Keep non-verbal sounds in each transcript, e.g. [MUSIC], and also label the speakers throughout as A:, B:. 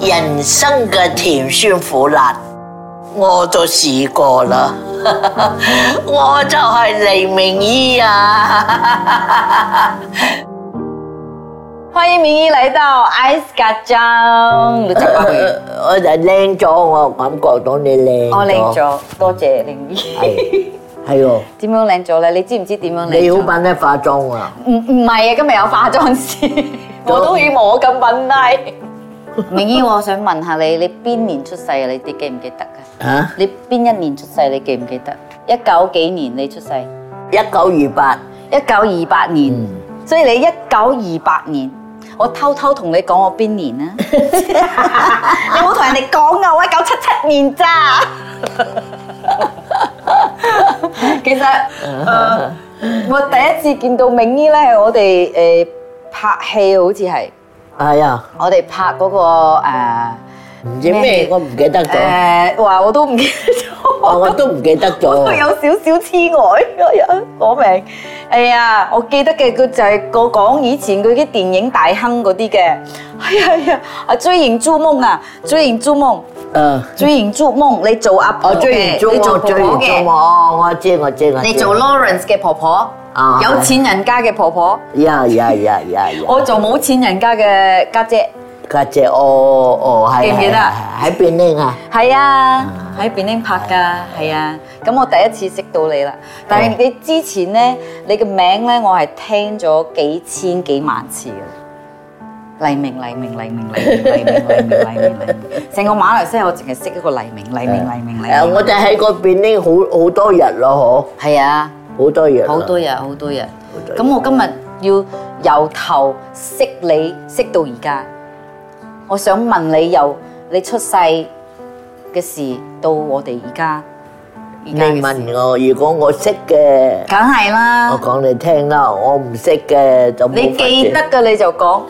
A: 人生嘅甜酸苦辣，我都試過啦。 [LAUGHS] 我就係黎明依
B: [LAUGHS]
A: 啊！
B: 欢迎明依来到 Ice 嘎张，你再八回。
A: 我就靚咗，我感覺到你靚。
B: 我靚。呃哦咗，多謝玲姨。
A: 係
B: [LAUGHS]
A: 係喎，
B: 點樣靚咗咧？你知唔知點樣靚咗？
A: 你好品咧化妝啊！
B: 唔唔係啊，今日有化妝 [LAUGHS] 師，我都以為我咁品低。明姨，我想問下你，你邊年出世啊？你記唔記得啊？
A: 嚇，
B: 你邊一年出世？你記唔記得？一九幾年你出世？
A: 一九二八。
B: 一九二八年，所以你一九二八年，我偷偷同你講我邊年啊？你冇同人哋講啊，我一九七七年咋。其實、呃我第一次見到明姨咧，係我哋誒、呃拍戲，好似係
A: 係啊，
B: 我哋拍嗰、個誒
A: 唔知咩我唔記得咗，
B: 誒話呃我都唔記得咗。
A: 我我都唔記得
B: [LAUGHS] 我有
A: 咗。
B: 少少痴呆 [LAUGHS] 嗰人講名。哎呀，我記得嘅佢就係個講以前佢啲電影大亨嗰啲嘅。哎呀哎呀，啊追影逐夢啊，追影逐夢，
A: 誒，
B: 追影逐夢，你做阿婆
A: 我追完
B: 嘅，
A: 中
B: 你做
A: 我
B: 婆
A: 追
B: 婆
A: 完中
B: 嘅，
A: 我，我知我知我知。
B: 你做 Lawrence 嘅婆婆
A: 啊，
B: 有錢人家嘅婆婆，
A: 呀呀呀呀呀！
B: 我做冇錢人家嘅家姐。
A: 家姐，哦哦，係
B: 記唔記得
A: 係係喺邊呢？啊？
B: 係啊，喺便丁拍㗎，係啊。咁我第一次識到你啦，但係你之前咧，你嘅名咧，我係聽咗幾千幾萬次嘅。黎明，黎明，黎明，黎明，黎明，黎明，黎明，黎明。成個馬來西亞我淨係識一個黎明，黎明，黎明，黎
A: 誒，
B: 明。
A: 我哋喺嗰邊呢，好好多日咯，
B: 係啊，
A: 嗬，好多日啦。
B: 好多日，好多日
A: 多。日
B: 咁我今日要由頭識你，識到而家。我想問你由你出世嘅事到我哋而家，而
A: 你
B: 家嘅事
A: 問我，如果我識嘅，
B: 梗係啦
A: 我，講你聽啦；我唔識嘅就冇
B: 你
A: 法
B: 記
A: 子
B: 得。嘅你就講，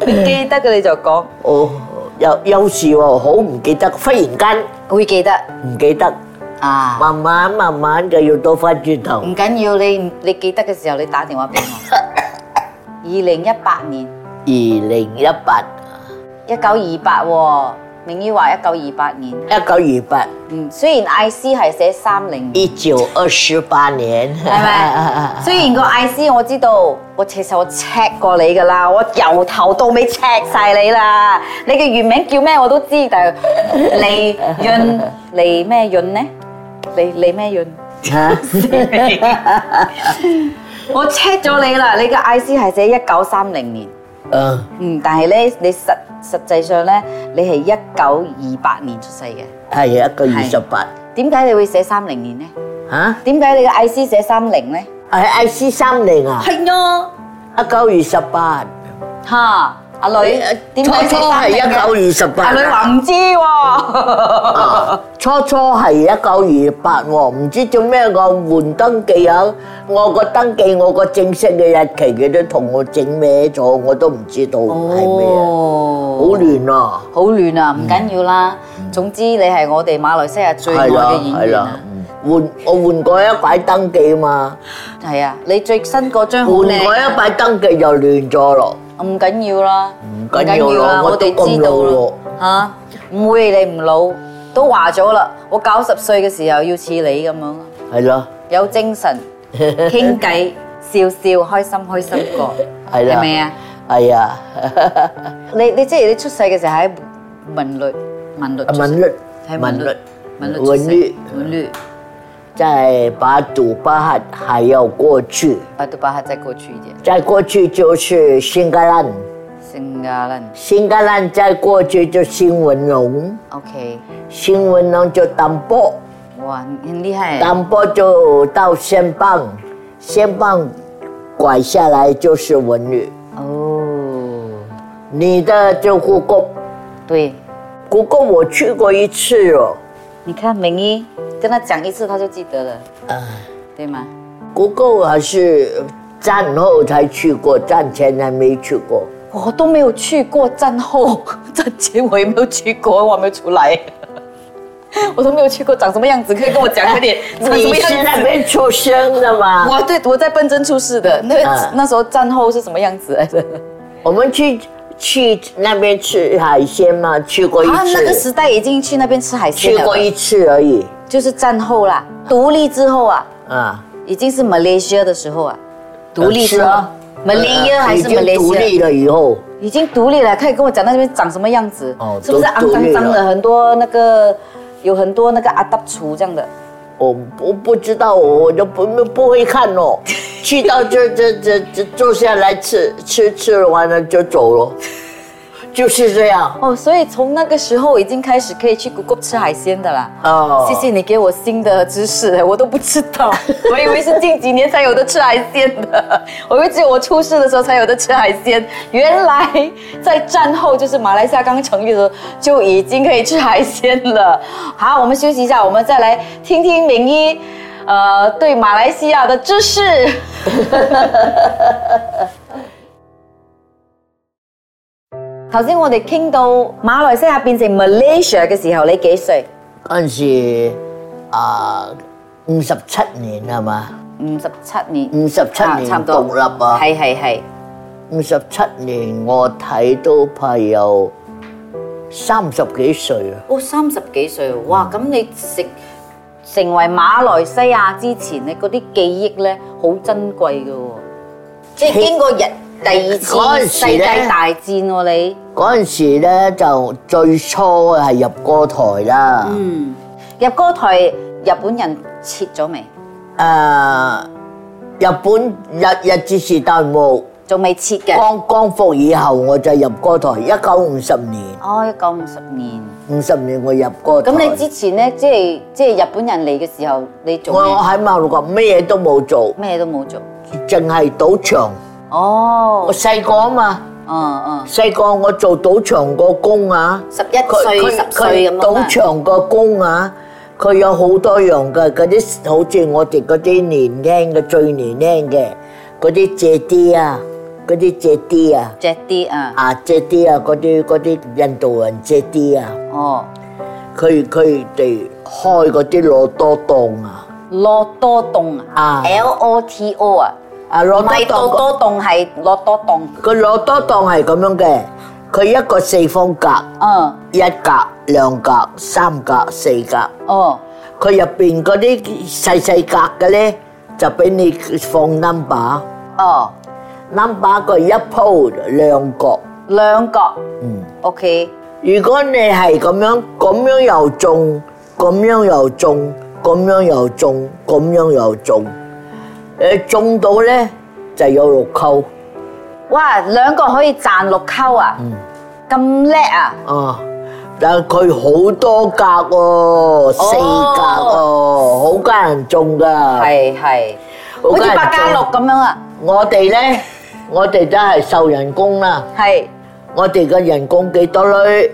B: 你記得嘅你就講，
A: 哦，有有時喎，好唔記得，忽然間
B: 會記得
A: 唔記得，
B: 啊。
A: 慢慢慢慢就要倒翻轉頭。
B: 唔緊要，你唔你記得嘅時候，你打電話俾我。二零一八年，
A: 二零一八，
B: 一九二八喎，明姨話一九二八年。
A: 一九二八，
B: 嗯，雖然 I C 係寫三零，
A: 一九二十八年，係
B: 係咪？雖然個 I C 我知道，我其實我 check 過你噶啦，我由頭到尾 check 晒你啦。你嘅原名叫咩我都知，但係利潤利咩潤呢？利利咩潤？我 check 咗你啦，你嘅 I C 係寫一九三零年，
A: 嗯。
B: 嗯，但係咧你實實際上咧，你係一九二八年出世嘅，
A: 係啊，一個二十八
B: 點解你會寫三零年呢？
A: 嚇，
B: 點解你嘅 I C 寫三零呢？
A: 係 I C 三零啊，
B: 係啊。
A: 一九二十八，
B: 哈，阿女點
A: 初
B: 解
A: 初係一九二十八，
B: 阿女話唔知喎，
A: 啊初初係一九二八喎，唔知做咩我換登記啊，我個登記我個正式嘅日期佢都同我整歪咗，我都唔知道係咩啊，好
B: 哦，
A: 亂啊，
B: 好亂啊，唔緊要啦。總之你係我哋馬來西亞最愛
A: 係啦
B: 嘅演
A: 係
B: 員
A: 啦
B: 啊，，
A: 嗯換我換過一擺登記嘛，
B: 係啊，你最新嗰張好
A: 換過
B: 靚啊，
A: 一擺登記就亂咗咯，
B: 唔緊要啦，
A: 唔緊要啦我都咁
B: 啦嚇，唔會你唔老，都話咗啦，我九十歲嘅時候要似你咁樣啦。
A: 係咯。
B: 有精神，傾偈，笑笑，開心開心過，
A: 係啦
B: 係咪啊？
A: 係啊，
B: 你你即係你出世嘅時候喺文律文律出世
A: 文律
B: 喺
A: 文律
B: 文律出世
A: 文律
B: 文律
A: 在把祖巴哈还要过去，
B: 百度巴克再過去一點，
A: 再过去就是新加兰，
B: 新加蘭
A: 新加兰再过去就新文龙，
B: OK，
A: 新文龙就丹波，
B: 哇，你很厲害，
A: 丹波就到仙棒，仙棒拐下来就是文旅，
B: 哦，
A: 你的就故宫，
B: 對，
A: 故宫我去过一次哦，
B: 你看明一跟他講一次，他就記得了，對嗎？
A: 故宫还是战后才去过，战前还没去过。
B: 我都沒有去過戰 [LAUGHS] 後，戰前我也沒有去過，我還沒有出來， [LAUGHS] 我都沒有去過，長什麼樣子？可以跟我講一點，長什
A: 你
B: 麼
A: 是
B: 樣
A: 那
B: 子？
A: 边出生的吗？
B: 我对我在笨珍出世的，那、
A: 啊 [LAUGHS]
B: 啊那时候战后是什么样子来着？
A: 我们去去那边吃海鲜吗？去过一
B: 啊，那个
A: 次，
B: 时代已经去那边吃海鲜
A: 去
B: 了，
A: 过一次而已。
B: 就是战后啦，独立之后啊，
A: 啊，
B: 已经是 Malaysia 的时候啊，独立之
A: 是
B: 后
A: 啊
B: ，Malaysia 还
A: 呃已
B: 是
A: 经独
B: Malaysia，
A: 立了以后，
B: 已经独立了，可以跟我讲那边长什么样子
A: 哦，
B: 是不是
A: 都
B: 肮
A: 独立
B: 脏脏的，
A: 了
B: 很多那个有很多那个阿达厨这样的，
A: 我不不知道，我我就不不会看
B: [LAUGHS]
A: 哦。去到这这这这坐下来吃吃吃完了就走了，就是这样。
B: 哦，所以从那个时候已经开始可以去 Google 吃海鲜的啦。
A: 哦
B: 谢谢你给我新的知识，我都不知道， [LAUGHS] 我以为是近几年才有的吃海鲜的，我以为只有我出世的时候才有的吃海鲜。原来在战后，就是马来西亚刚成立的时候就已经可以吃海鲜了。好，我们休息一下，我们再来听听明一，呃，对马来西亚的知识。 [LAUGHS] 頭先我哋傾到馬來西亞變成 Malaysia 嘅時候，你幾歲？
A: 嗰陣時啊，五十七年係嘛？
B: 五十七年，
A: 五十七
B: 啊
A: 年獨立啊！
B: 係係係，
A: 五十七年我睇都怕有三十幾歲啊！
B: 哦三十幾歲喎，哇！咁你食成為馬來西亞之前咧，嗰啲記憶咧好珍貴嘅喎，即係經過日第二
A: 嗰
B: 次
A: 陣
B: 世
A: 時呢
B: 界大戰喎你，
A: 嗰陣時咧就最初係入歌台啦，誒、
B: 嗯，入歌台日本人撤咗未？
A: À, 日本日日治時代冇
B: 仲未撤嘅，
A: 光光復以後我就入歌台，一九五十年，
B: 哦一九五十年，
A: 五十年我入歌台。
B: 咁你之前咧即係即係日本人嚟嘅時候，你
A: 我
B: 做
A: 我
B: 咩？
A: 喺馬路角咩嘢都冇做，
B: 咩都冇做，
A: 淨係賭場。
B: 哦
A: 我，細個啊嘛。
B: 嗯嗯。
A: 細個我做賭場個工啊，
B: 十一歲
A: 佢
B: 10
A: 佢
B: 歲咁樣啊
A: 賭場個工啊，佢有好多樣嘅，嗰啲好似我哋嗰啲年輕嘅最年輕嘅嗰啲借啲啊，嗰啲借啲啊，
B: 着啲啊，
A: 啊借啲啊，嗰啲嗰啲印度人借啲啊，
B: 哦，
A: 佢佢哋開嗰啲攞多檔啊，
B: 落多凍啊
A: 啊
B: ，L O T O 啊，
A: 啊
B: 唔
A: 攞
B: 係
A: 多
B: 多
A: 檔
B: 多凍係落多凍，
A: 個，佢攞多檔係咁樣嘅，佢一個四方格，
B: 嗯，
A: 一格、兩格、三格、四格。
B: 哦，
A: 佢入邊嗰啲細細格嘅咧，就俾你放 number。
B: 哦，
A: number 佢一鋪兩角，
B: 兩角
A: 嗯。
B: ，OK，
A: 如果你係咁樣，咁樣又中，咁樣又中，咁樣又中，咁樣又中，誒中到咧就有六扣
B: 哇，兩角可以賺六溝啊，
A: 嗯
B: 咁叻啊，
A: 啊！但係佢好多格喎、四格喎、好艱人中㗎。
B: 係係，
A: 好
B: 好似
A: 梗係
B: 百家樂咁樣啊，
A: 我哋咧，我哋都係受人工啦。
B: 係，
A: 我哋嘅人工幾多咧？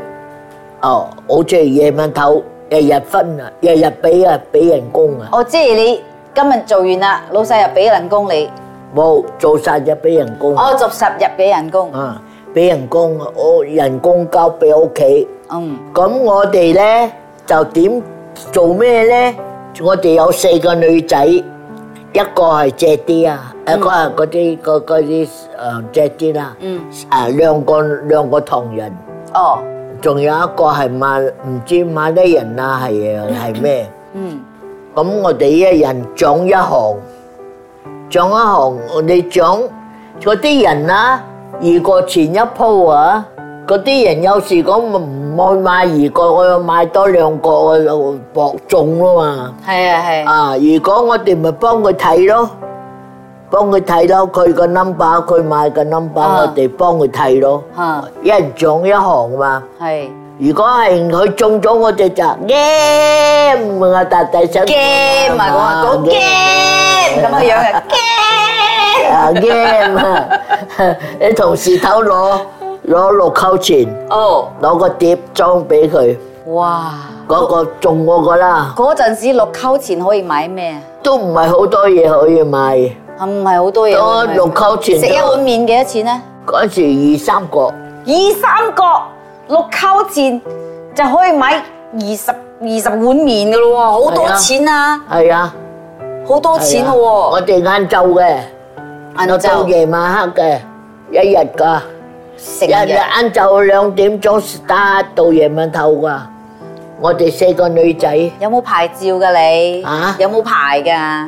A: 哦，好似係夜晚頭日日分啊，日日俾啊俾人工啊，
B: 哦，即係你今日做完啦，老細又俾人工你，
A: 冇做晒就俾人工
B: 我做十日俾人工，
A: 啊，俾人工，我人工交俾屋企。
B: 嗯，
A: 咁我哋咧就點做咩咧？我哋有四個女仔，一個係借啲啊，一個係嗰啲嗰嗰啲誒借啲啦，
B: 嗯，
A: 誒兩個兩個唐人。
B: 哦，
A: 仲有一個係馬唔知馬來人啊，係係咩？
B: 嗯，
A: 咁我哋一人獎一行，獎一行，我哋獎嗰啲人啊，二個前一鋪啊，嗰啲人有時講唔愛買二個，我要買多兩個，我就博中啦嘛。
B: 係啊係啊，
A: 啊，如果我哋咪幫佢睇咯，幫佢睇咯，佢個 number，佢買個 number，
B: 啊
A: 我哋幫佢睇咯，
B: 啊
A: 一人獎一行嘛。
B: 係。
A: 如果係佢中咗我哋就 game 啊，大大聲
B: game 啊，我話講 game 咁嘅樣嘅 game。
A: 啊 game 啊，你同事頭攞攞六扣錢，
B: 哦，
A: 攞個碟裝俾佢，
B: 哇！
A: 嗰、個中嗰個啦，
B: 嗰陣時六溝錢可以買咩啊？
A: 都唔係好多嘢可以買，
B: 係唔係好多嘢可以買？
A: 哦多六溝錢
B: 食一碗麵幾多錢咧？
A: 嗰陣時二三個，
B: 二三角六溝錢就可以買二十二十碗麵嘅咯喎，好
A: 係
B: 多
A: 啊
B: 錢啊！
A: 係啊，
B: 好
A: 係
B: 多錢
A: 啊
B: 嘅喎，
A: 我哋晏晝嘅，
B: 晏
A: 我到
B: 晝
A: 夜晚黑嘅，一日㗎，
B: 成
A: 人哋
B: 日
A: 晏晝兩點鐘 start 到夜晚透噶，我哋四個女仔
B: 有冇牌照㗎你？
A: 啊
B: 有冇牌㗎？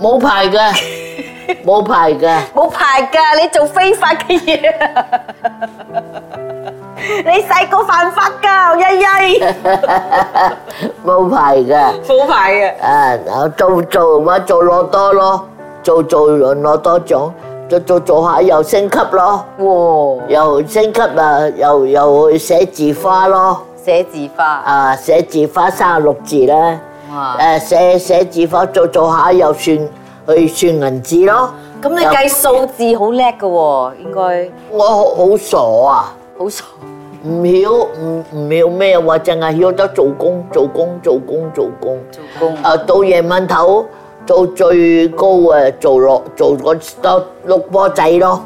A: 冇牌嘅，冇牌嘅，
B: 冇牌㗎，你做非法嘅嘢，你細個犯法㗎，曳曳。
A: 冇牌嘅。
B: 冇牌嘅。
A: à, làm làm mà làm lô đa lo, làm làm lô đa trúng, làm làm làm hạ, rồi nâng cấp lo,
B: 哇！
A: rồi nâng cấp à, rồi rồi viết chữ hoa lo,
B: 寫字花，
A: à, viết chữ hoa 36 chữ đó,
B: 哇！
A: à, viết viết chữ hoa làm làm hạ, rồi tính, đi tính ngân chữ lo,
B: 咁你
A: rồi-
B: 計數字好叻嘅喎，應該
A: tôi hổ sổ à,
B: 好傻。
A: không hiểu, không không hiểu咩, hoặc chỉ là hiểu được làm công, làm công, làm công, làm công.
B: 做工
A: 啊，到夜晚頭做最高誒，做落做個多六波仔咯，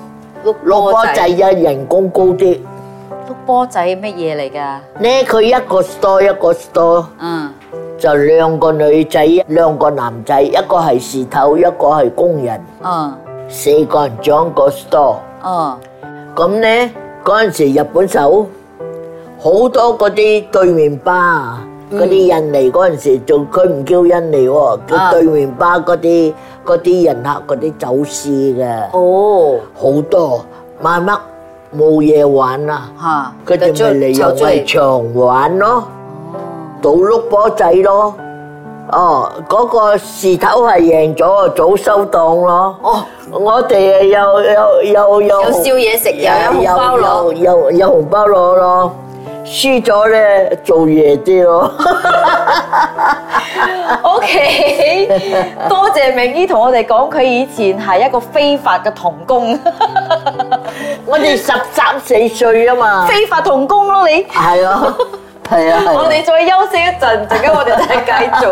B: 碌
A: 六波仔啊，人工高啲。
B: 碌波仔乜嘢嚟㗎？
A: 呢佢一個 store 一個 store
B: 嗯，
A: 就兩個女仔，兩個男仔，一個係侍頭，一個係工人，
B: 嗯，
A: 四個人掌個 store。
B: 嗯，
A: 咁呢，嗰陣時日本手好多嗰啲對面巴啊，嗰啲印尼嗰陣時做佢唔叫印尼喎，
B: 啊
A: 叫對面巴嗰啲嗰啲人客嗰啲走私嘅，
B: 哦，
A: 好多慢慢冇嘢玩啦，
B: 嚇，
A: 佢哋咪利用圍牆玩咯，賭碌波仔咯。哦，嗰、個士頭係贏咗，早收檔咯。
B: 哦，
A: 我哋又又又又
B: 有宵夜食，又有紅包
A: 有
B: 攞，
A: 有有紅包攞咯。輸咗咧做嘢啲咯，
B: O K，多謝明姨同我哋講，佢以前係一個非法嘅童工，
A: 我哋十三四歲啊嘛，
B: 非法童工咯你。
A: 係啊，係啊，係啊
B: 我哋再休息一陣，陣間我哋再繼續。